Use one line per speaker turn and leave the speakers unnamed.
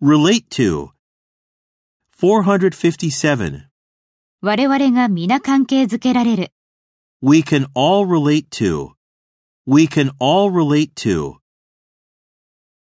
Relate to. 457.
我々が皆関係づけられる。
We can all relate to. We can all relate to.